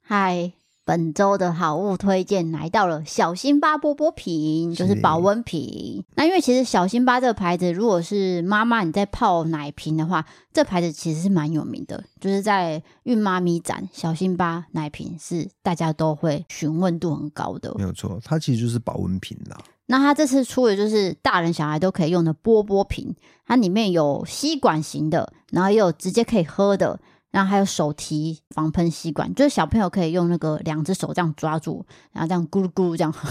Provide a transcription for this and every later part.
嗨，本周的好物推荐来到了小辛巴波波瓶，就是是保温瓶。那因为其实小辛巴这个牌子，如果是妈妈你在泡奶瓶的话，这牌子其实是蛮有名的，就是在孕妈咪展，小辛巴奶瓶是大家都会询问度很高的没。有错，它其实就是保温瓶啦。那它这次出的就是大人小孩都可以用的波波瓶，它里面有吸管型的，然后也有直接可以喝的，然后还有手提防喷吸管，就是小朋友可以用那个两只手这样抓住，然后这样咕噜咕噜这样喝。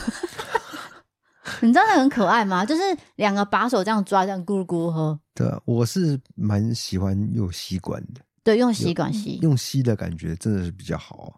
你知道那很可爱吗？就是两个把手这样抓，这样咕噜咕噜喝。对啊，我是蛮喜欢用吸管的，对，用吸管吸。用吸的感觉真的是比较好。哦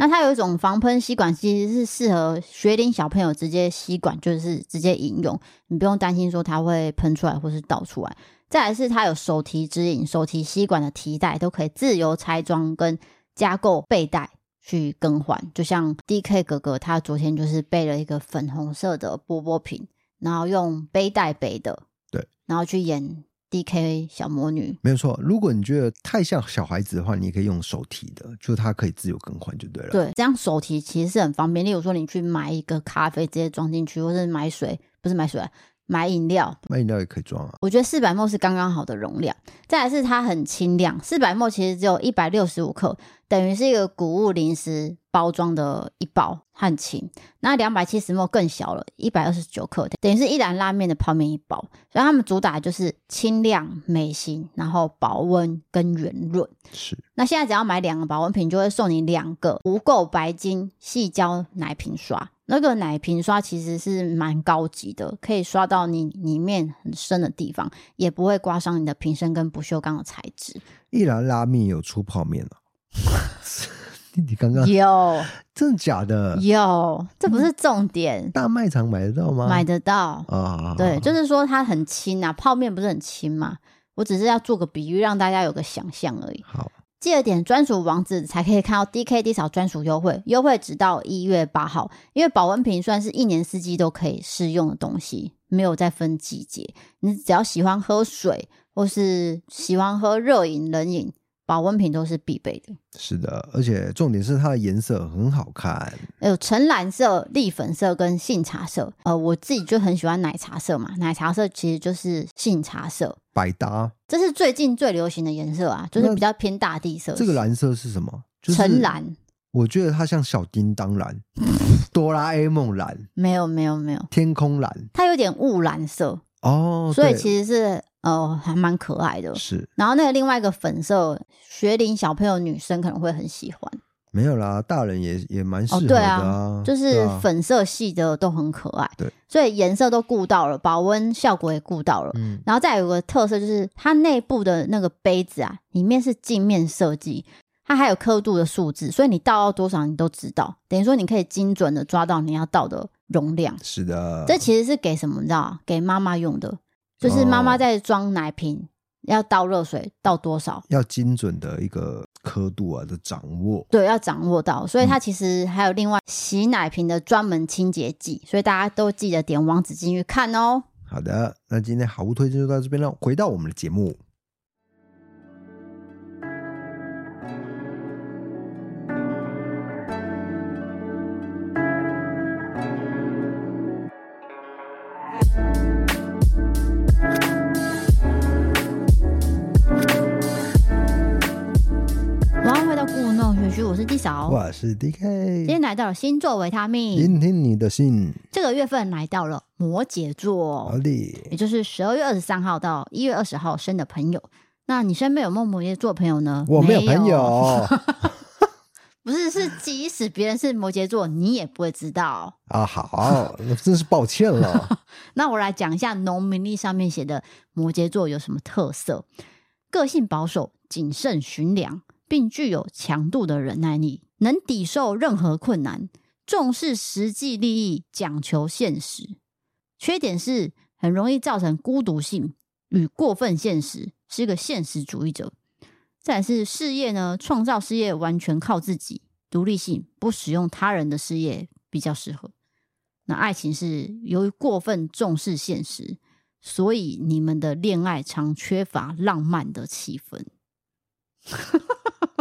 那它有一种防喷吸管，其实是适合学龄小朋友直接吸管，就是直接饮用，你不用担心说它会喷出来或是倒出来。再来是它有手提指引、手提吸管的提袋，都可以自由拆装跟加购背带去更换。就像 D K 哥哥，他昨天就是背了一个粉红色的波波瓶，然后用背带背的，对，然后去演 D K 小魔女。没有错，如果你觉得太像小孩子的话，你可以用手提的，就它可以自由更换就对了。，对，这样手提其实是很方便。例如说，你去买一个咖啡直接装进去，或是买水，不是买水啊，买饮料。买饮料也可以装啊。我觉得四百沫是刚刚好的容量，再来是它很轻量，四百沫其实只有一百六十五克，等于是一个谷物零食包装的一包，它很轻。那两百七十沫更小了，一百二十九克，等于是一兰拉面的泡面一包。所以他们主打就是轻量、美型，然后保温跟圆润。是，那现在只要买两个保温瓶，就会送你两个无垢白金细胶奶瓶刷。那个奶瓶刷其实是蛮高级的，可以刷到你里面很深的地方，也不会刮伤你的瓶身跟不锈钢的材质。一兰拉面有出泡面啊。 你刚刚有真的假的？有，这不是重点，大卖场买得到吗？买得到。啊，对，就是说它很轻啊，泡面不是很轻嘛。我只是要做个比喻，让大家有个想象而已。好，记得点专属网址才可以看到 DK D 少专属优惠，优惠直到一月八号。因为保温瓶算是一年四季都可以适用的东西，没有再分季节。你只要喜欢喝水，或是喜欢喝热饮、冷饮，保温瓶都是必备的。是的，而且重点是它的颜色很好看。有橙蓝色、栗粉色跟杏茶色。呃，我自己就很喜欢奶茶色嘛，奶茶色其实就是杏茶色，百搭，这是最近最流行的颜色啊，就是那比较偏大地色系。这个蓝色是什么？就是橙蓝。我觉得它像小叮当蓝、 哆啦 A 梦蓝、没有没有没有，天空蓝它有点雾蓝色，哦，所以对其实是呃还蛮可爱的。是然后那个另外一个粉色，学龄小朋友女生可能会很喜欢，没有啦，大人也也蛮适哦合对的啊就对是啊粉色系的都很可爱。对，所以颜色都顾到了，保温效果也顾到了。嗯，然后再有个特色就是它内部的那个杯子啊，里面是镜面设计，它还有刻度的数字，所以你倒到多少你都知道，等于说你可以精准的抓到你要倒的容量。是的，这其实是给什么？你知道啊？给妈妈用的，就是妈妈哦在装奶瓶，要倒热水倒多少，要精准的一个刻度啊的掌握，对，要掌握到。所以嗯它其实还有另外洗奶瓶的专门清洁剂，所以大家都记得点网址进去看哦。好的，那今天好物推荐就到这边了。回到我们的节目，然后回到故弄玄虚，我是地嫂。我是今天 DK，来到了星座维他命，聆听你的信，这个月份来到了摩羯好座，的，也就是十二月二十三号到一月二十号生的朋友。那你身边有没有摩羯座朋友呢？我没有朋友不是，是即使别人是摩羯座，你也不会知道。啊，好，那真是抱 歉了。那我来讲一下农民历上面写的摩羯座有什么特色：个性保守、谨慎、循良，并具有强度的忍耐力，能抵受任何困难，重视实际利益，讲求现实。缺点是很容易造成孤独性与过分现实，是个现实主义者。再来是事业呢，创造事业完全靠自己，独立性，不使用他人的事业比较适合。那爱情是由于过分重视现实，所以你们的恋爱常缺乏浪漫的气氛。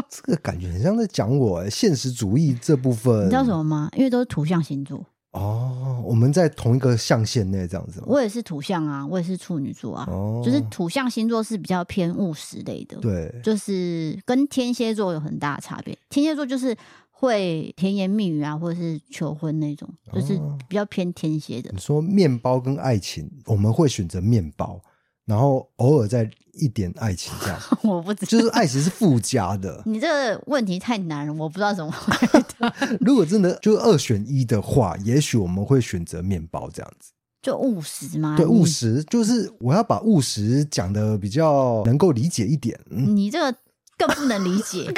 这个感觉很像在讲我欸现实主义这部分。你知道什么吗？因为都是土象星座，哦，我们在同一个象限内这样子吗。我也是土象啊，我也是处女座啊，哦，就是土象星座是比较偏务实类的，对，就是跟天蝎座有很大的差别。天蝎座就是会甜言蜜语啊，或者是求婚那种，就是哦比较偏天蝎的。 你说面包跟爱情，我们会选择面包，然后偶尔再一点爱情这 样，我不知道，就是爱情是附加的。你这个问题太难了，我不知道怎么 回答，如果真的就是二选一的话，也许我们会选择面包这样子。就务实嘛。对，你务。实就是我要把务实讲的比较能够理解一点，嗯，你这个更不能理 解，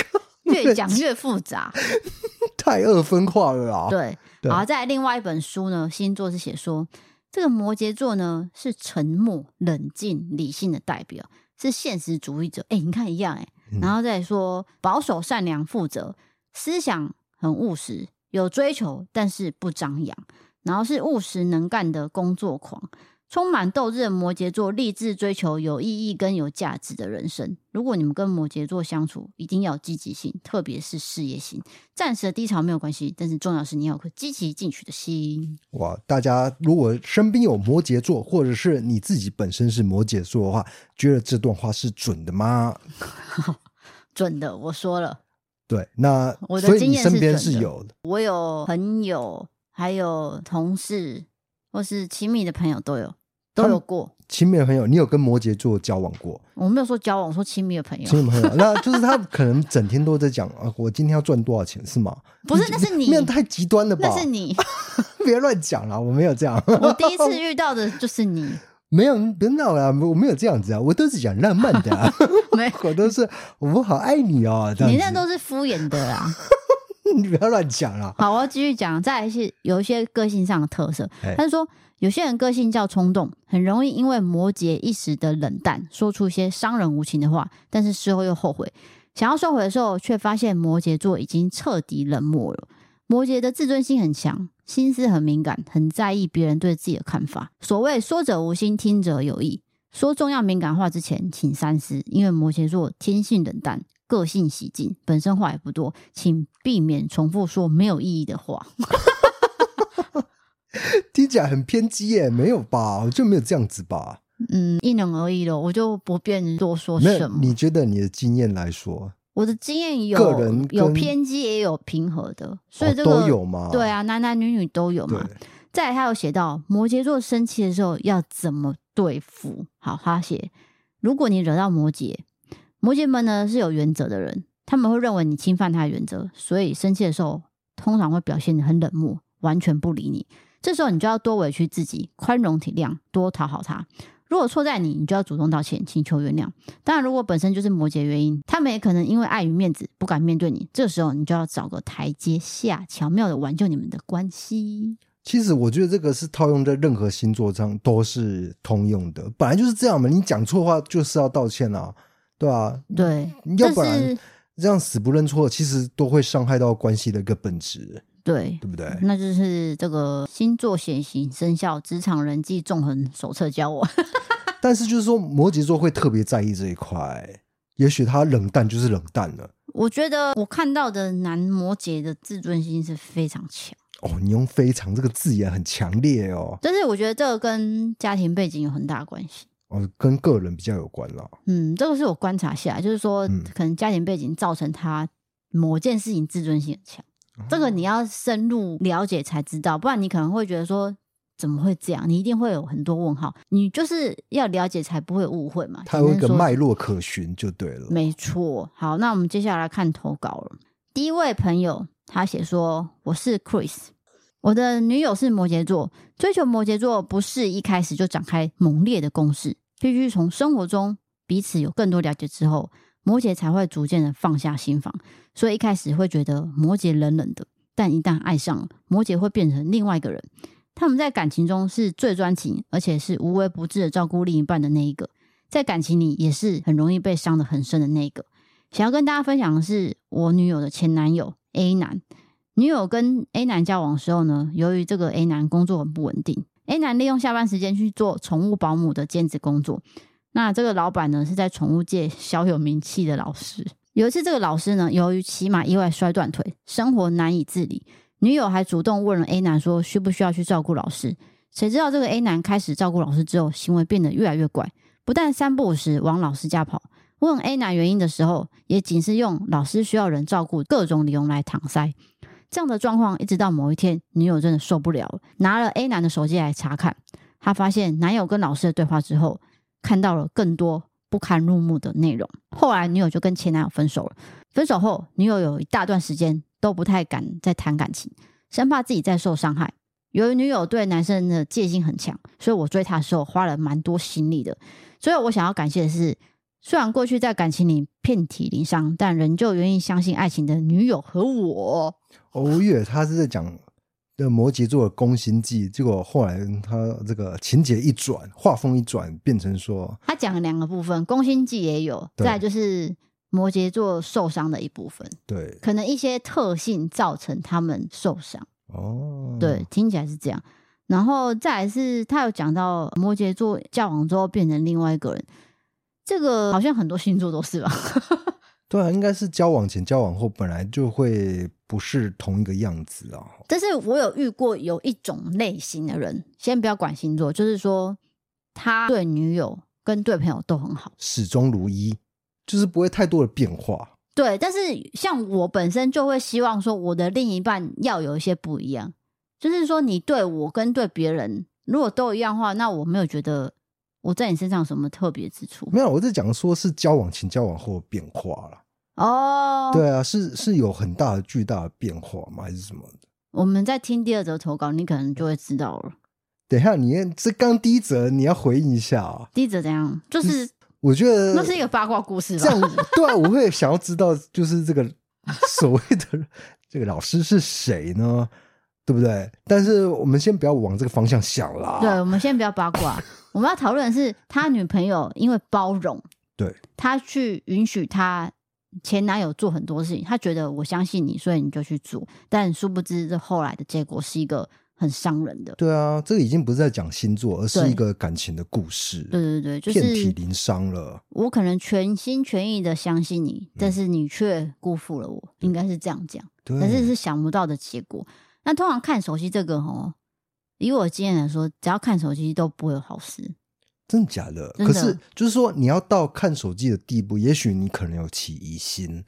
越讲越复杂。太二分化了啊啦。对，对好，在另外一本书呢，星座是写说，这个摩羯座呢是沉默、冷静、理性的代表，是现实主义者。哎、你看一样哎、嗯然后再说保守、善良、负责，思想很务实，有追求，但是不张扬。然后是务实能干的工作狂，充满斗志的摩羯座，立志追求有意义跟有价值的人生。如果你们跟摩羯座相处，一定要有积极性，特别是事业心。暂时的低潮没有关系，但是重要是你要有颗积极进取的心。哇，大家如果身边有摩羯座，或者是你自己本身是摩羯座的话，觉得这段话是准的吗？准的，我说了，对，那我的所以经你验是身边准的是有的我有朋友，还有同事，或是亲密的朋友都有，都有过。亲密的朋友，你有跟摩羯座交往过？我没有说交往，我说亲密的朋友亲，密的朋友，那就是他可能整天都在讲啊，我今天要赚多少钱，是吗？不是，那是你那，样太极端了吧那？是你。 别乱讲啦，我没有这样，我第一次遇到的就是你， 没有，别闹啦，我没有这样子啊，我都是讲浪漫的、啊， 没， 我都是我好爱你哦， 这你样那子，都是敷衍的啊啦。 你不要乱讲啦。好，我要继续讲，再来是有一些个性上的特色哎。他是说，有些人个性较冲动，很容易因为摩羯一时的冷淡，说出一些伤人无情的话，但是事后又后悔。想要收回的时候，却发现摩羯座已经彻底冷漠了。摩羯的自尊心很强，心思很敏感，很在意别人对自己的看法。所谓说者无心，听者有意。说重要敏感话之前，请三思，因为摩羯座天性冷淡，个性喜静，本身话也不多，请避免重复说没有意义的话。听起来很偏激耶，没有吧？我就没有这样子吧？嗯，因人而异咯，我就不便多说没什有，么你。觉得你的经验来说，我的经验个有人有跟偏激，也有平和的，所以哦这个、都有吗？对，啊，男男女女都有对嘛。，再来，他有写到摩羯座生气的时候要怎么对付。好，他写，如果你惹到摩羯，摩羯们呢是有原则的人，他们会认为你侵犯他的原则，所以生气的时候通常会表现得很冷漠，完全不理你。这时候你就要多委屈自己，宽容体谅，多讨好他。如果错在你，你就要主动道歉，请求原谅。当然，如果本身就是摩羯原因，他们也可能因为碍于面子不敢面对你，这时候你就要找个台阶下，巧妙的挽救你们的关系。其实我觉得这个是套用在任何星座上都是通用的，本来就是这样嘛。你讲错话就是要道歉啊，对啊，对，要但不然是这样死不认错，其实都会伤害到关系的一个本质，对，对不对？那就是这个星座、显形、生肖、职场、人际纵横手册教我。 但是就是说，摩羯座会特别在意这一块，也许他冷淡就是冷淡了。我觉得我看到的男摩羯的自尊心是非常强，哦，你用“非常”这个字眼很强烈哦，但是我觉得这个跟家庭背景有很大关系。哦，跟个人比较有关了。嗯，这个是我观察下来，就是说嗯可能家庭背景造成他某件事情自尊心很强，哦这个你要深入了解才知道，不然你可能会觉得说。怎么会这样？你一定会有很多问号，你就是要了解才不会误会嘛。它有一简单个说脉络可循就对了。没错。好，那我们接下来看投稿了。第一位朋友他写说：“我是 Chris，我的女友是摩羯座，追求摩羯座不是一开始就展开猛烈的攻势，必须从生活中彼此有更多了解之后，摩羯才会逐渐的放下心防。所以一开始会觉得摩羯冷冷的，但一旦爱上了，摩羯会变成另外一个人。”他们在感情中是最专情，而且是无微不至的照顾另一半的那一个。在感情里也是很容易被伤得很深的那一个。想要跟大家分享的是我女友的前男友 A 男。女友跟 A 男交往的时候呢，由于这个 A 男工作很不稳定，A 男利用下班时间去做宠物保姆的兼职工作。那这个老板呢是在宠物界小有名气的老师。有一次，这个老师呢，由于骑马意外摔断腿，生活难以自理，女友还主动问了 A 男说需不需要去照顾老师。谁知道这个 A 男开始照顾老师之后，行为变得越来越怪，不但三不五时往老师家跑。问 A 男原因的时候，也仅是用老师需要人照顾各种理由来搪塞。这样的状况一直到某一天，女友真的受不了了，拿了 A 男的手机来查看。她发现男友跟老师的对话之后，看到了更多不堪入目的内容。后来女友就跟前男友分手了。分手后，女友有一大段时间都不太敢再谈感情，生怕自己再受伤害。由于女友对男生的戒心很强，所以我追她的时候花了蛮多心力的。所以我想要感谢的是，虽然过去在感情里遍体鳞伤，但仍旧愿意相信爱情的女友和我。欧月哦他是在讲的摩羯座的攻心计，结果后来他这个情节一转，画风一转，变成说他讲了两个部分，攻心计也有，对再来就是摩羯座受伤的一部分，对可能一些特性造成他们受伤。哦，对，听起来是这样。然后再来是他有讲到摩羯座交往之后变成另外一个人，这个好像很多星座都是吧？对啊，应该是交往前、交往后本来就会不是同一个样子啊。但是我有遇过有一种类型的人，先不要管星座，就是说他对女友跟对朋友都很好。始终如一，就是不会太多的变化。对，但是像我本身就会希望说，我的另一半要有一些不一样，就是说你对我跟对别人如果都一样的话，那我没有觉得我在你身上有什么特别之处没有，我在讲说是交往前、交往后的变化啦。哦。，对啊，是是有很大的、巨大的变化吗？还是什么的？我们在听第二则投稿，你可能就会知道了。等一下，你这刚第一则你要回应一下啊。第一则怎样？就是我觉得那是一个八卦故事这吧？样，对啊，我会想要知道，就是这个所谓的 这个老师是谁呢？对不对？但是我们先不要往这个方向想啦。对，我们先不要八 卦，我们要讨论的是他女朋友因为包容，对，他去允许他前男友做很多事情，他觉得我相信你，所以你就去做，但殊不知这后来的结果是一个很伤人的。对啊，这个已经不是在讲星座，而是对一个感情的故事，对对对，就遍体是鳞伤了。我可能全心全意的相信你，嗯但是你却辜负了我，应该是这样讲。对，但是是想不到的结果。那通常看手机这个哦，以我的经验来说，只要看手机都不会有好事。真的假的？真的可是就是说，你要到看手机的地步，也许你可能有起疑心，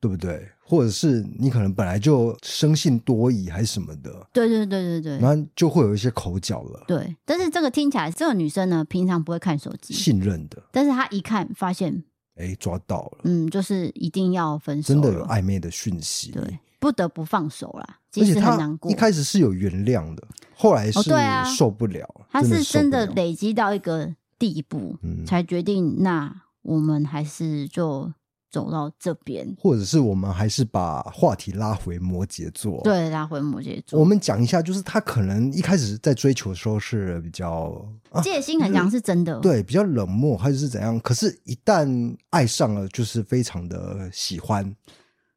对不对？或者是你可能本来就生性多疑还是什么的，对对对对对然后就会有一些口角了。对，但是这个听起来，这个女生呢，平常不会看手机，信任的，但是她一看发现，哎，抓到了，嗯，就是一定要分手真了，的有暧昧的讯息。对，不得不放手啦，而其实且很他难过一。开始是有原谅的，后来哦是对啊受不了，她是受真不的了累积到一个地步，嗯，才决定那我们还是就走到这边，或者是我们还是把话题拉回摩羯座，对，拉回摩羯座我。们讲一下，就是他可能一开始在追求的时候是比较啊，戒心很强是真的，对，比较冷漠还是怎样？可是，一旦爱上了，就是非常的喜欢。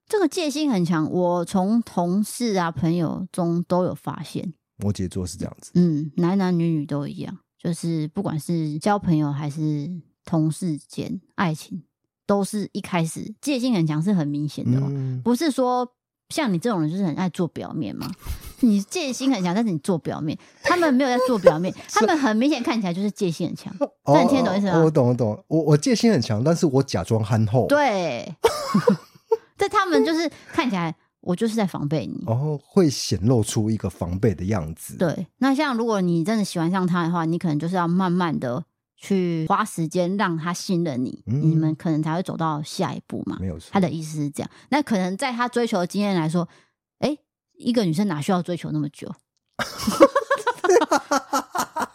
这个戒心很强，我从同事啊、朋友中都有发现，摩羯座是这样子，嗯，男男女女都一样，就是不管是交朋友还是同事间爱情，都是一开始戒心很强是很明显的、哦，嗯，不是说像你这种人就是很爱做表面嘛， 你戒心很强，但是你做表面，他们没有在做表面，他们很明显看起来就是戒心很强，那你听得懂意思吗哦我懂，我懂。我我戒心很强，但是我假装憨厚。，对， 但他们就是看起来我就是在防备你，然后会显露出一个防备的样子。，对，那像如果你真的喜欢上他的话，你可能就是要慢慢的去花时间让他信任你，嗯你们可能才会走到下一步嘛没。有错。他的意思是这样。那可能在他追求的经验来说，哎，一个女生哪需要追求那么久？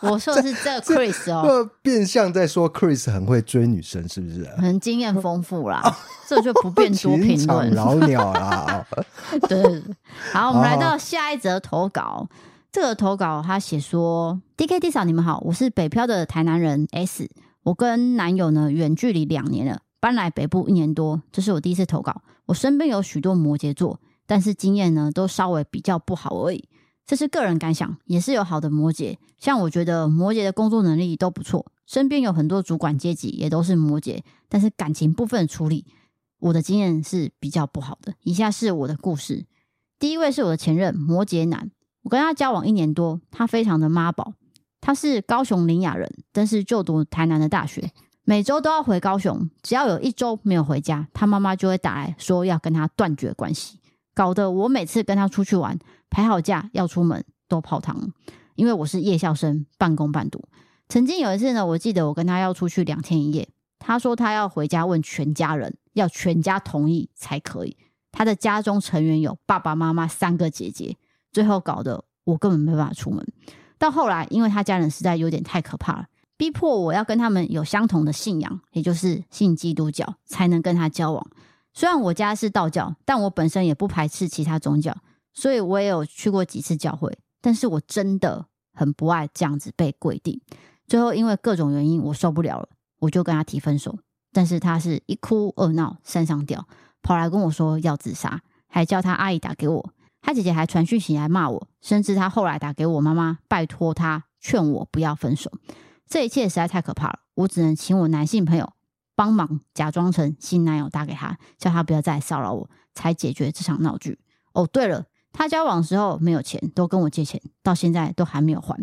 我说的是 这个 Chris 哦，呃，变相在说 Chris 很会追女生，是不是？啊 可能经验丰富啦，这就不便多情评哦场论。老鸟 啦，哦对对，对好，我们来好到下一则投稿。这个投稿他写说：“D K D 嫂，你们好，我是北漂的台南人 S，我跟男友呢远距离两年了，搬来北部一年多，这是我第一次投稿。我身边有许多摩羯座，但是经验呢都稍微比较不好而已。这是个人感想，也是有好的摩羯。像我觉得摩羯的工作能力都不错，身边有很多主管阶级也都是摩羯，但是感情部分的处理，我的经验是比较不好的。以下是我的故事：第一位是我的前任摩羯男，我跟他交往一年多，他非常的妈宝。他是高雄林雅人，但是就读台南的大学，每周都要回高雄。只要有一周没有回家，他妈妈就会打来说要跟他断绝关系，搞得我每次跟他出去玩，排好假要出门都泡汤了。因为我是夜校生，半工半读。曾经有一次呢，我记得我跟他要出去两天一夜，他说他要回家问全家人，要全家同意才可以。他的家中成员有爸爸妈妈三个姐姐，最后搞得我根本没办法出门。到后来，因为他家人实在有点太可怕了，逼迫我要跟他们有相同的信仰，也就是信基督教，才能跟他交往。虽然我家是道教，但我本身也不排斥其他宗教，所以我也有去过几次教会，但是我真的很不爱这样子被规定。最后因为各种原因，我受不了了，我就跟他提分手。但是他是一哭二闹三上吊，跑来跟我说要自杀，还叫他阿姨打给我。他姐姐还传讯息来骂我，甚至他后来打给我妈妈，拜托他劝我不要分手。这一切实在太可怕了，我只能请我男性朋友帮忙，假装成新男友打给他，叫他不要再骚扰我，才解决这场闹剧。哦，对了，他交往的时候没有钱，都跟我借钱，到现在都还没有还。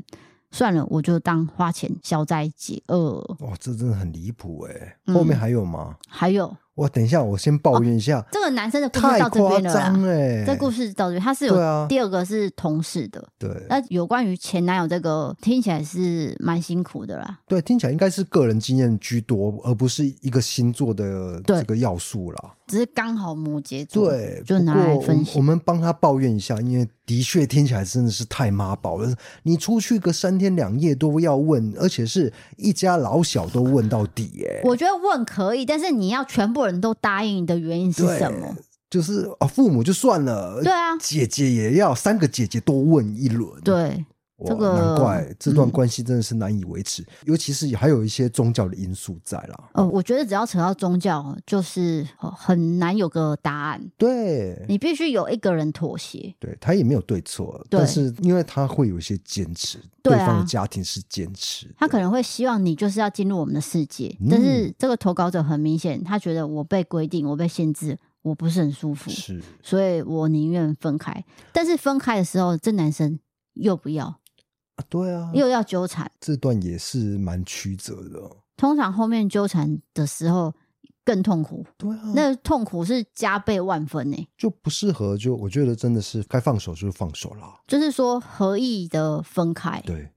算了，我就当花钱消灾解厄。哇，哦这真的很离谱哎！嗯哦后面还有吗？还有哇，等一下，我先抱怨一下，这个男生的故事太到这夸边了张啦，哎！这故事到这边，他是对有啊，第二个是同事的，对那有关于前男友这个，听起来是蛮辛苦的啦。对，听起来应该是个人经验居多，而不是一个星座的对这个要素啦。只是刚好摩羯座，对，就不拿来过分我析我们帮他抱怨一下，因为的确听起来真的是太妈宝了。你出去个三天两夜都要问，而且是一家老小都问到底欸耶。我觉得问可以，但是你要全部人都答应的原因是什么？就是啊、哦父母就算了，对啊，姐姐也要三个姐姐多问一轮。对，哇，这个难怪这段嗯关系真的是难以维持，尤其是还有一些宗教的因素在啦。哦，我觉得只要扯到宗教，就是呃很难有个答嗯案，对，你必须有一个人妥协。对他也没有对错，对但是因为他会有一些坚持，对啊方的家庭是坚持的，他可能会希望你就是要进入我们的世界，嗯但是这个投稿者很明显，他觉得我被规定，我被限制，我不是很舒服。是所以我宁愿分开。但是分开的时候，这男生又不要，啊，对啊，又要纠缠。这段也是蛮曲折的哦，通常后面纠缠的时候更痛苦，对啊，那痛苦是加倍万分呢、就不适合，就我觉得真的是该放手就放手啦，就是说，合意的分开，对，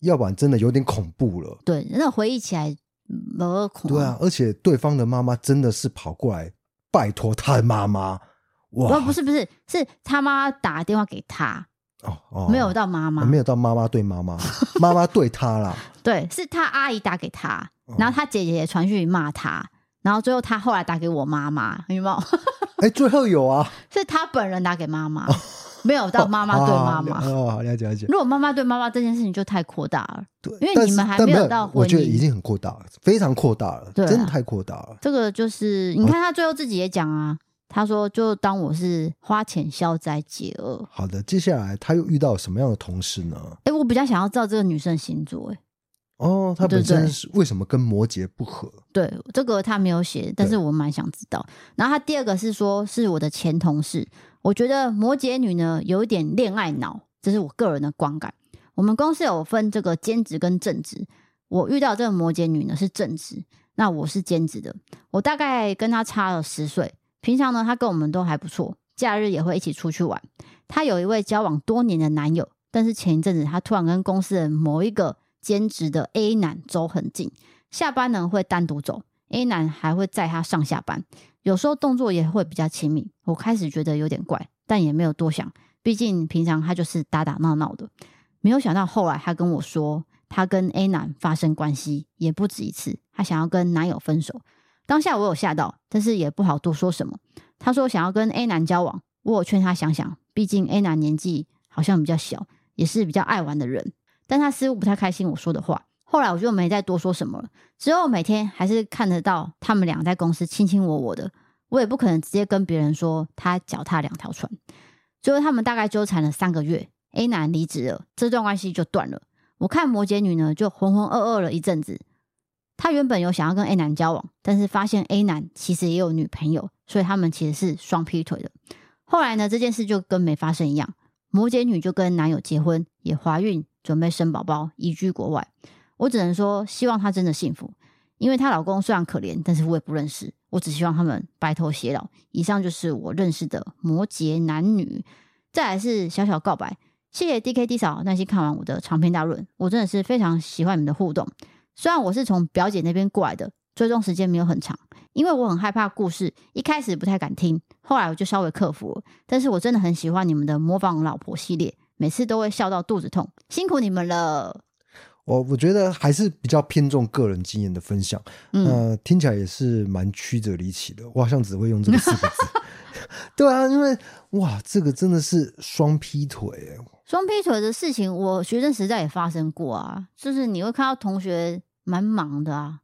要不然真的有点恐怖了，对，那回忆起来没有恐。对啊，，而且对方的妈妈真的是跑过来拜托他的妈妈，哇，啊不不是不是，是他妈打电话给他，哦哦，没有到妈妈，啊没有到妈妈对妈妈，妈妈对他 啦，对，是他阿姨打给他，哦然后他姐姐也传讯骂他。然后最后他后来打给我妈妈，有没有？哎，最后有啊，是他本人打给妈妈，哦没有到妈妈对妈妈。啊哦，了解了解。如果妈妈对妈妈这件事情就太扩大了，对，因为但你是们还但没有有到我婚觉得姻已经很扩大了，非常扩大了，对啊真的太扩大了。这个就是你看他最后自己也讲啊，他说就当我是花钱消灾解厄。好的，接下来他又遇到什么样的同事呢？哎、我比较想要知道这个女生星座、诶哦，他对本对身是为什么跟摩羯不合？对，这个他没有写，但是我蛮想知道。然后他第二个是说，是我的前同事，我觉得摩羯女呢有一点恋爱脑，这是我个人的观感。我们公司有分这个兼职跟正职，我遇到这个摩羯女呢是正职，那我是兼职的。我大概跟她差了十岁，平常呢她跟我们都还不错，假日也会一起出去玩。她有一位交往多年的男友，但是前一阵子她突然跟公司的某一个兼职的 A 男走很近。下班呢会单独走，A 男还会载他上下班，有时候动作也会比较亲密。我开始觉得有点怪，但也没有多想，毕竟平常他就是打打闹闹的。没有想到后来他跟我说，他跟 A 男发生关系也不止一次，他想要跟男友分手。当下我有吓到，但是也不好多说什么。他说想要跟 A 男交往，我有劝他想想，毕竟 A 男年纪好像比较小，也是比较爱玩的人。但他似乎不太开心我说的话，后来我就没再多说什么了。之后每天还是看得到他们俩在公司卿卿我我的，我也不可能直接跟别人说他脚踏两条船。最后他们大概纠缠了三个月，A 男离职了，这段关系就断了。我看摩羯女呢就浑浑噩噩了一阵子，他原本有想要跟 A 男交往，但是发现 A 男其实也有女朋友，所以他们其实是双劈腿的。后来呢，这件事就跟没发生一样，摩羯女就跟男友结婚，也怀孕，准备生宝宝，移居国外。我只能说，希望她真的幸福，因为她老公虽然可怜，但是我也不认识。我只希望他们白头偕老。以上就是我认识的摩羯男女。再来是小小告白，谢谢 D K D 嫂耐心看完我的长篇大论，我真的是非常喜欢你们的互动。虽然我是从表姐那边过来的，追踪时间没有很长，因为我很害怕故事，一开始不太敢听，后来我就稍微克服了。但是我真的很喜欢你们的模仿老婆系列，每次都会笑到肚子痛，辛苦你们了。哦我我觉得还是比较偏重个人经验的分享，嗯，呃，听起来也是蛮曲折离奇的。我好像只会用这个四个字， 对啊，因为哇，这个真的是双劈腿耶，双劈腿的事情，我学生时代也发生过啊，就是你会看到同学蛮忙的啊，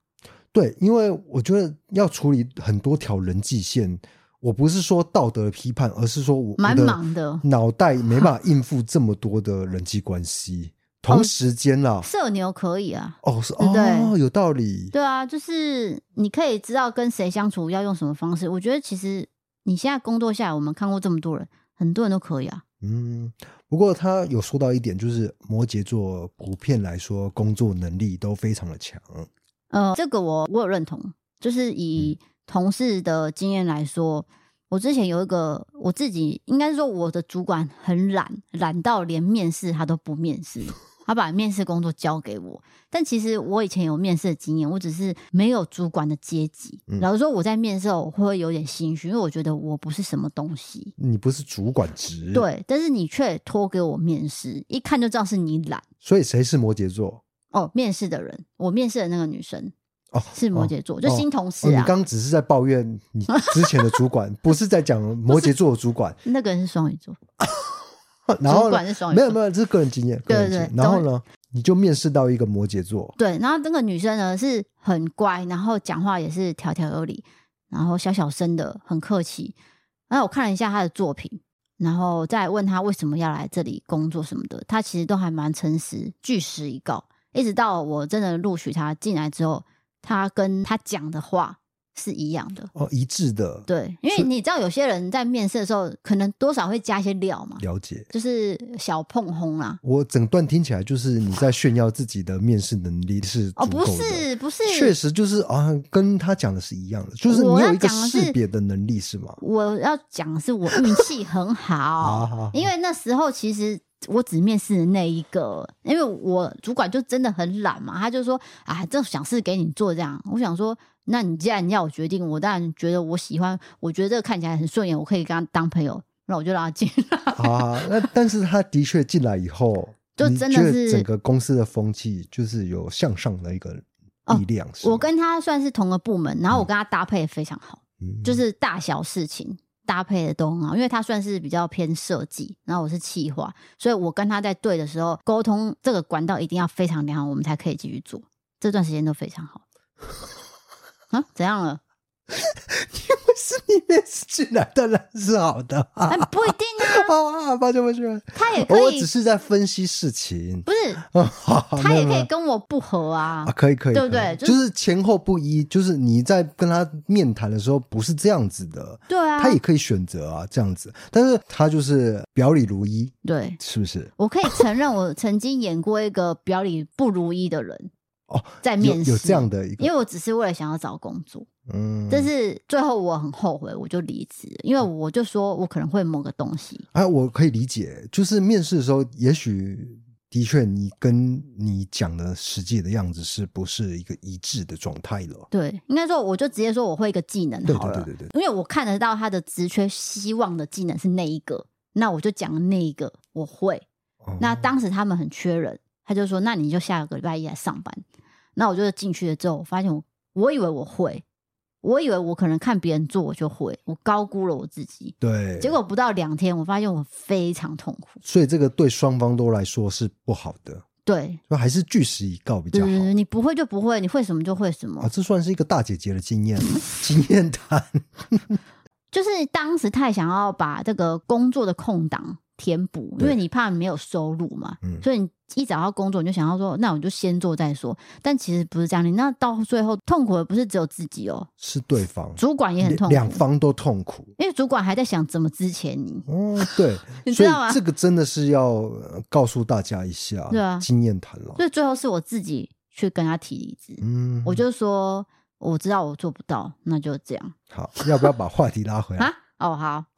对，因为我觉得要处理很多条人际线，我不是说道德的批判，而是说我我蛮的忙的， 脑袋没办法应付这么多的人际关 哦系，同时间啦，社牛可以啊，哦是对不对哦，有道理，对啊，就是你可以知道跟谁相处要用什么方式。我觉得其实你现在工作下来，我们看过这么多人，很多人都可以啊，嗯，不过他有说到一点，就是摩羯座普遍来说工作能力都非常的强，呃，这个我我有认同，就是以嗯同事的经验来说，我之前有一个我自己应该是说我的主管很懒，懒到连面试他都不面试，他把面试工作交给我。但其实我以前有面试的经验，我只是没有主管的阶级。嗯老实说，我在面试的时候我会有点心虚，因为我觉得我不是什么东西。你不是主管职，，对，但是你却拖给我面试，一看就知道是你懒所以谁是摩羯座？哦。面试的人，我面试的那个女生哦，是摩羯座，就哦新同事哦，你啊。刚只是在抱怨你之前的主管，不是在讲摩羯座的 主管。那个人是双鱼座，然后主呢管是双鱼没座，有没有，这是个人经验，对个人经验对对然后呢，你就面试到一个摩羯座，对，然后那个女生呢是很乖，然后讲话也是条条有理，然后小小声的，很客气。然后我看了一下她的作品，然后再问她为什么要来这里工作什么的，她其实都还蛮诚实，据实以告。一直到我真的录取她进来之后，她跟她讲的话是一样的。哦，一致的对，因为是你知道有些人在面试的时候，可能多少会加一些料嘛，了解。就是小碰轰啦。我整段听起来就是你在炫耀自己的面试能力是哦，足不够的是，不是，确实就是啊，跟他讲的是一样的，就是你我要有一个讲的是识别的能力是吗？我要讲的是我运气很好好，好好哦因为那时候其实我只面试了那一个，因为我主管就真的很懒嘛，他就说啊，这想事给你做这样。我想说，那你既然要我决定，我当然觉得我喜欢，我觉得这个看起来很顺眼，我可以跟他当朋友，那我就让他进来。啊，那但是他的确进来以后，就你真的觉得是整个公司的风气就是有向上的一个力量。 是吗哦我跟他算是同个部门，然后我跟他搭配得非常好，嗯就是大小事情。搭配的都很好，因为他算是比较偏设计，然后我是企划，所以我跟他在对的时候沟通，这个管道一定要非常良好，我们才可以继续做。这段时间都非常好。啊，怎样了？不 是你面试进来当然是 好的啊哎，不一定啊，啊，抱歉抱歉，哦他也可我以只，是在分析事情不是啊， 好好他没也有没可有以跟我不合啊啊，。可以可以，对不对可以就就是是前后不一，就是你在跟他面谈的时候不是这样子的，对啊他，也可以选择啊这样子，但是他就是表里如一，对，是不是？我可以承认，我曾经演过一个表里不如一的人哦，在有面试有这样，的一因个，为我只是为了想要找工作。嗯，但是最后我很后悔，我就离职了，因为我就说我可能会某个东西，啊，我可以理解，就是面试的时候，也许的确你跟你讲的实际的样子是不是一个一致的状态了？对，应该说我就直接说我会一个技能对嗯好对了，对对对，因为我看得到他的职缺，希望的技能是那一个，那我就讲那一个我会。哦那当时他们很缺人，他就说那你就下个礼拜一来上班。那我就进去了之后，我发现我我以为我会，我以为我可能看别人做我就会，我高估了我自己。对，结果不到两天，我发现我非常痛苦。所以这个对双方都来说是不好的，对，那还是据实以告比对较好对嗯对，你不会就不会，你会什么就会什么啊。。这算是一个大姐姐的经验 经验谈，就是当时太想要把这个工作的空档填补，因对为你怕你没有收入嘛，嗯所以你一找到工作你就想要说，那我就先做再说。但其实不是这样，你那到最后痛苦的不是只有自己哦，是对方，主管也很两痛两苦，方都痛苦。因为主管还在想怎么之前你。，哦，对 你知所以道吗这个真的是要呃告诉大家一下，对啊经验谈了。所以最后是我自己去跟他提离职，嗯，我就说我知道我做不到，那就这样好，要不要把话题拉回来？啊。哦，好，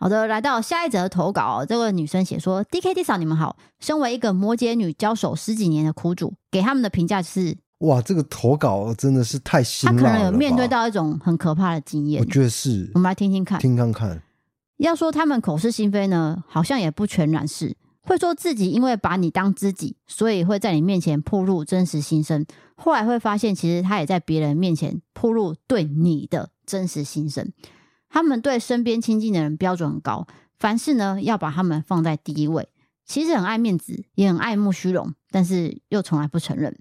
好的，来到下一则投稿哦、这位女生写说：“D K D 嫂，你们好，身为一个摩羯女交手十几年的苦主，给他们的评价是，哇，这个投稿真的是太辛她可辣能了有面对吧，到一种很可怕的经验我。觉得是我，们来听听看。听看看，要说他们口是心非呢，好像也不全然是。会说自己因为把你当知己，所以会在你面前铺露真实心声。后来会发现，其实他也在别人面前铺露对你的真实心声。他们对身边亲近的人标准很高，凡事呢要把他们放在第一位。其实很爱面子，也很爱慕虚荣，但是又从来不承认。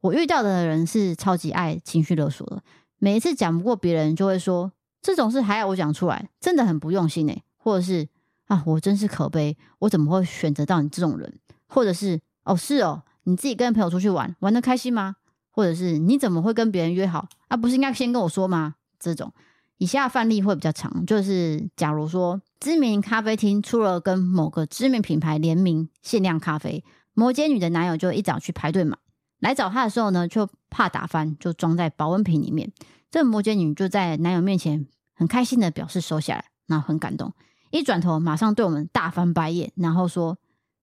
我遇到的人是超级爱情绪勒索的，每一次讲不过别人，就会说这种事还要我讲出来，真的很不用心哎、或者是啊，我真是可悲，我怎么会选择到你这种人？或者是哦，是哦，你自己跟朋友出去玩，玩的开心吗？或者是你怎么会跟别人约好啊？不是应该先跟我说吗？这种以下范例会比较长，就是假如说知名咖啡厅出了跟某个知名品牌联名限量咖啡，摩羯女的男友就一早去排队买，来找她的时候呢，就怕打翻，就装在保温瓶里面。这摩羯女就在男友面前很开心的表示收下来，然后很感动，一转头马上对我们大翻白眼，然后说：“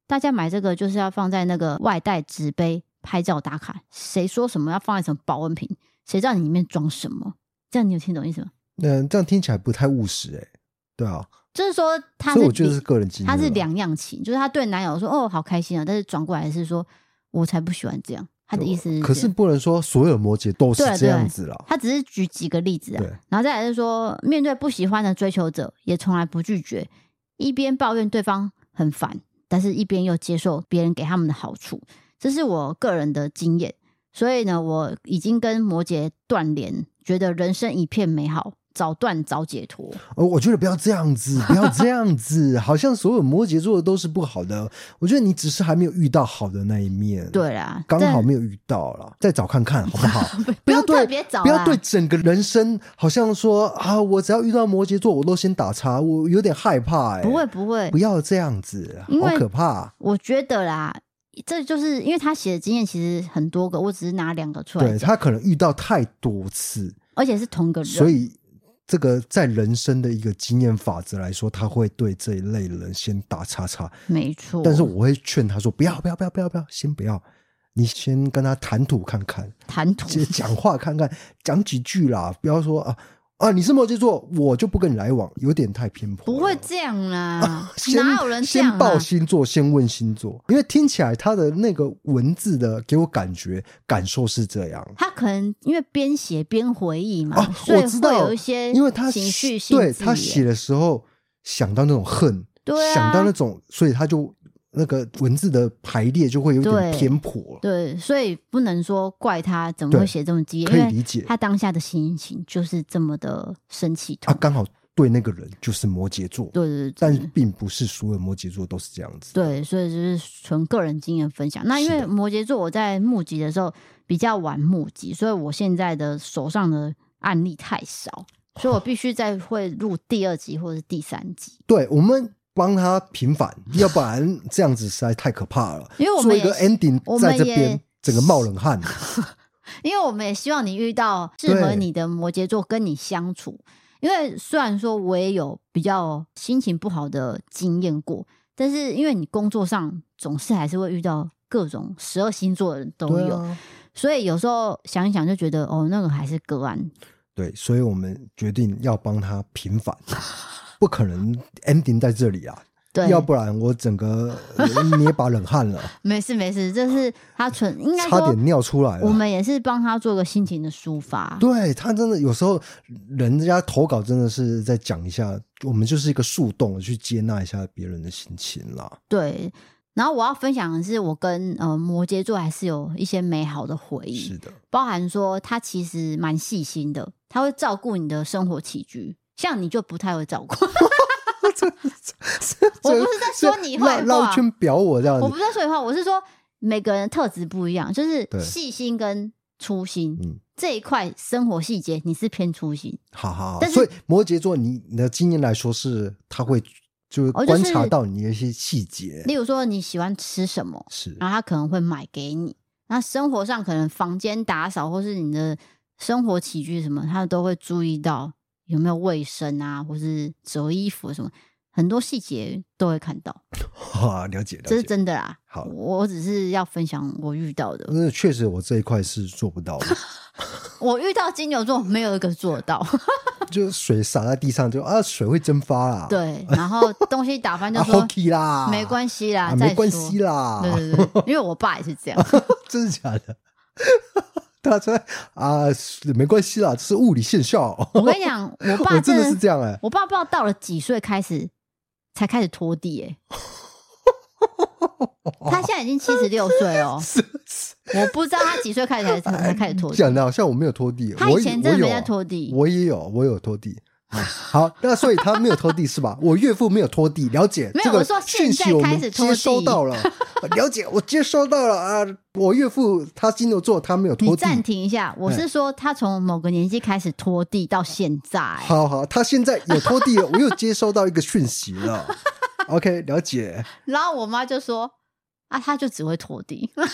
大家买这个就是要放在那个外带纸杯拍照打卡，谁说什么要放在什么保温瓶？谁知道你里面装什么？”这样你有听懂意思吗？嗯，这样听起来不太务实哎、对啊，就是说他所以是我觉得是啊理个人经验他啦，是两样情，就是他对男友说：“哦，好开心啊！”但是转过来是说：“我才不喜欢这样。”他的意思是，可是不能说所有摩羯都是对啊这对啊样子啦。他只是举几个例子啊对，然后再来是说，面对不喜欢的追求者，也从来不拒绝，一边抱怨对方很烦，但是一边又接受别人给他们的好处，这是我个人的经验。所以呢，我已经跟摩羯断联，觉得人生一片美好，早断早解脱。呃，我觉得不要这样子，不要这样子， 好像所有摩羯座的都是不好的。我觉得你只是还没有遇到好的那一面，，对啦，刚但好没有遇到啦，再找看看好不好？ 不要用特对。别啊早啦，不要对整个人生好像说啊，我只要遇到摩羯座，我都先打叉，我有点害怕、欸。不会，不会不，要这样子，因为好可怕。我觉得啦，这就是因为他写的经验其实很多个，我只是拿两个出来对讲，他可能遇到太多次，而且是同个人，所以这个在人生的一个经验法则来说，他会对这一类人先打叉叉。没错。但是我会劝他说：“不要，不要，不要，不要，不要，先不要，你先跟他谈吐看 看，谈吐先讲话看看，讲几句啦，不要说啊啊，你是摩羯座，我就不跟你来往，有点太偏颇。”，不会。这样啦啊先哪有人这样先啊报？星座，先问星座，因为听起来他的那个文字的给我感觉感受是这样，他可能因为边写边回忆嘛，哦嗯所以我知会道有一些因为他情绪写性对字他眼写的时候想到那种恨，对啊想到那种，所以他就那个文字的排列就会有点对偏颇，对，所以不能说怪他怎么对会写这么激可烈，以因为理解他当下的心情就是这么的生气啊痛。。刚好对那个人就是摩羯座，对对对但对，并不是所有摩羯座都是这样子。对，所以就是纯个人经验分享。那因是为的摩羯座，我在募集的时候比较晚募集，所以我现在的手上的案例太少，所以我必须再会录第二集或者是第三集。对我们帮他平反，要不然这样子实在太可怕了。因为我做们一也个 ending 我们在这也边，整个冒冷汗。因为我们也希望你遇到适合对你的摩羯座跟你相处。因为虽然说我也有比较心情不好的经验过，但是因为你工作上总是还是会遇到各种十二星座的人都对有，啊，所以有时候想一想就觉得哦，那个还是个案。对，所以我们决定要帮他平反，不可能 ending 在这里啊。对，要不然我整个呃捏把冷汗了，没事没事，这是他存 应该差说点尿出来我了。们也是帮他做个心情的抒发。对他真的有时候，人家投稿真的是在讲一下，我们就是一个树洞，去接纳一下别人的心情啦。对，然后我要分享的是，我跟呃摩羯座还是有一些美好的回忆。是的，包含说他其实蛮 细心的，他会照顾你的生活起居，像你就不太会照顾。我不是在说你坏绕绕话，圈表我这样我子不，是在说你坏话，我是说每个人的特质不一样，就是对细心跟粗心、嗯这一块生活细节，你是偏粗心，好好好。但是所以摩羯座，你你的经验来说是，他会就是哦就是观察到你的一些细节，例如说你啊喜欢吃什么，是然后他可能会买给你。那生活上可能房间打扫或是你的生活起居什么，他都会注意到有没有卫生啊，或是折衣服什么，很多细节都会看到， 哈，了解了这是解。真的啦。好我我只是要分享我遇到的， 那确实，我这一块是做不到 的，我遇到金牛座没有一个做到，就是水洒在地上就啊，水会蒸发啦，，对。然后东西打翻就 啊说、 ，hockey 啦，没关系啦，再啊，没说关系啦，对对对，因为我爸也是 这样，真的假的？ 大家啊，是没关系啦，这是物理现象。哦我跟你讲，我爸我真的是这样哎、我爸不知道到了几岁开始才开始拖地、欸，他现在已经七十六岁 哦，我不知道他几岁开始才才开始拖地。哎讲的好像我没有拖地，他我以也前真的我有啊没在拖地我也有，我有拖地。啊好，那所以他没有拖地是吧？我岳父没有拖地，了解。没有这个我说讯现息在我开们始拖地接收到 了，了解，我接收到了啊。我岳父他金牛座，他没有你拖地。哎暂停一下，我是说他从某个年纪开始拖地到现在、欸好好，他现在有拖地了，我又接收到一个讯息了。OK，了解。然后我妈就说啊，他就只会拖地，哎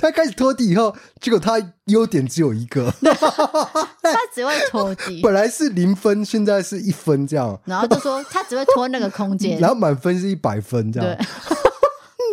他开始拖地以后，结果他优点只有一个，他只会拖地， 本来是零分，现在是一分这样，然后就说他只会拖那个空 间然，后满分是一百分这对样，。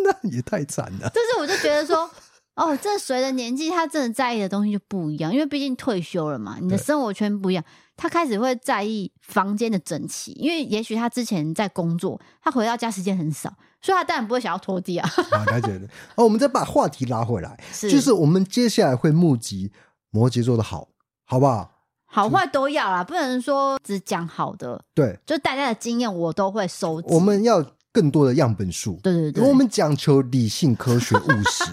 那也太惨了。就是我就觉得说， 哦，这随着年纪，他真的在意的东西就不一样，因为毕竟退休了嘛，你的对生活圈不一样，他开始会在意房间的整齐，因为也许他之前在工作，他回到家时间很少，所以他当然不会想要拖 地啊。好，了解了。哦，我们再把话题拉回来，是就是我们接下来会募集摩羯座的好，好不好？好坏都要啦，不能说只讲好的，对，就大家的经验我都会收集。我们要更多的样本数。对对对，我们讲求理性、科学、务 实，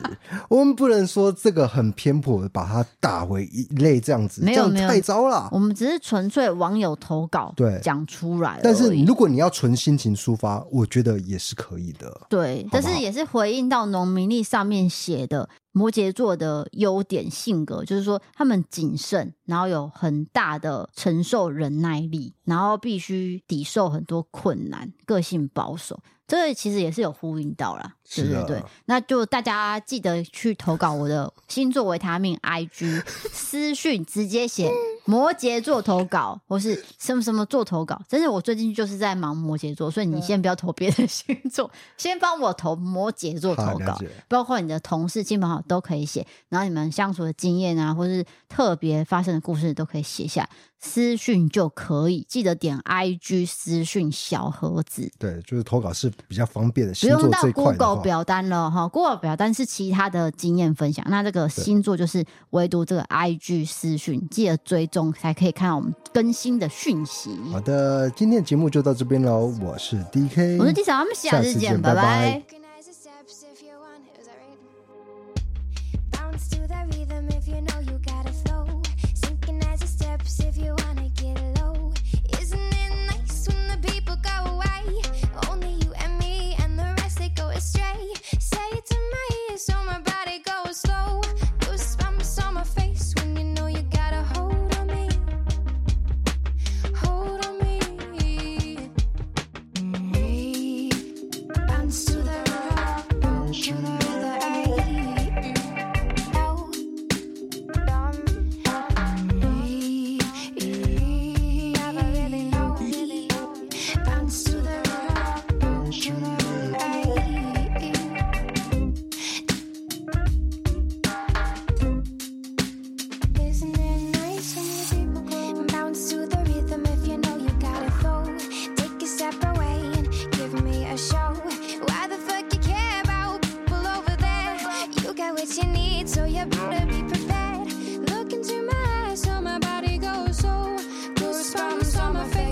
我们不能说这个很偏颇，的把它打回一类这样子，没有这没样有太糟了。我们只是纯粹网友投稿对讲出来而已，啊但是如果你要纯心情抒发，我觉得也是可以的。对，好但不是好也是回应到农民历上面写的摩羯座的优点性格，就是说他们谨慎，然后有很大的承受忍耐力，然后必须抵受很多困难，个性保守。这个其实也是有呼应到啦，对是对啊对，那就大家记得去投稿我的星座维他命 IG 私讯，直接写摩羯座投稿，或是什么什么座投稿。但是我最近就是在忙摩羯座，所以你先不要投别的星座，先帮我投摩羯座好投了稿解，包括你的同事、亲朋好友都可以写，然后你们相处的经验啊，或是特别发生的故事都可以写下来，私讯就可以。记得点 IG 私讯小盒子，对，就是投稿是比较方便的，不星用座到这一块的 Google 话，表单了哈，Google 表单是其他的经验分享，那这个星座就是唯独这个 IG 私讯，记得追踪才可以看到我们更新的讯息。好的，今天的节目就到这边喽。我是 D K，我是纪晓，我们下下次次见，见拜拜拜拜。 Recognize the steps if you want. Is that right? Bounce to the rhythm if you know you gotta flow. Synchronize the steps if you wanna get low. Isn't it nice when the people go away? Only you and me and the rest they go astray. Say it to my ear so my body goes slow. Goosebumps on my face when you know you gotta hold on me. Hold on me. Mm. Bounce to the rock, bounce to the rhythm, ayy. Ow, bum, ayy, ayy. Never really know, really know. Bounce to the rock, bounce to the rhythm, ayy. Isn't it nice when the people go bounce to the rhythm if you know you gotta flow? Take a step away and give me a show. Why the fuck you care about people over there? You got what you need, so you better be prepared. Look into my eyes, so my body goes so goosebumps on my face.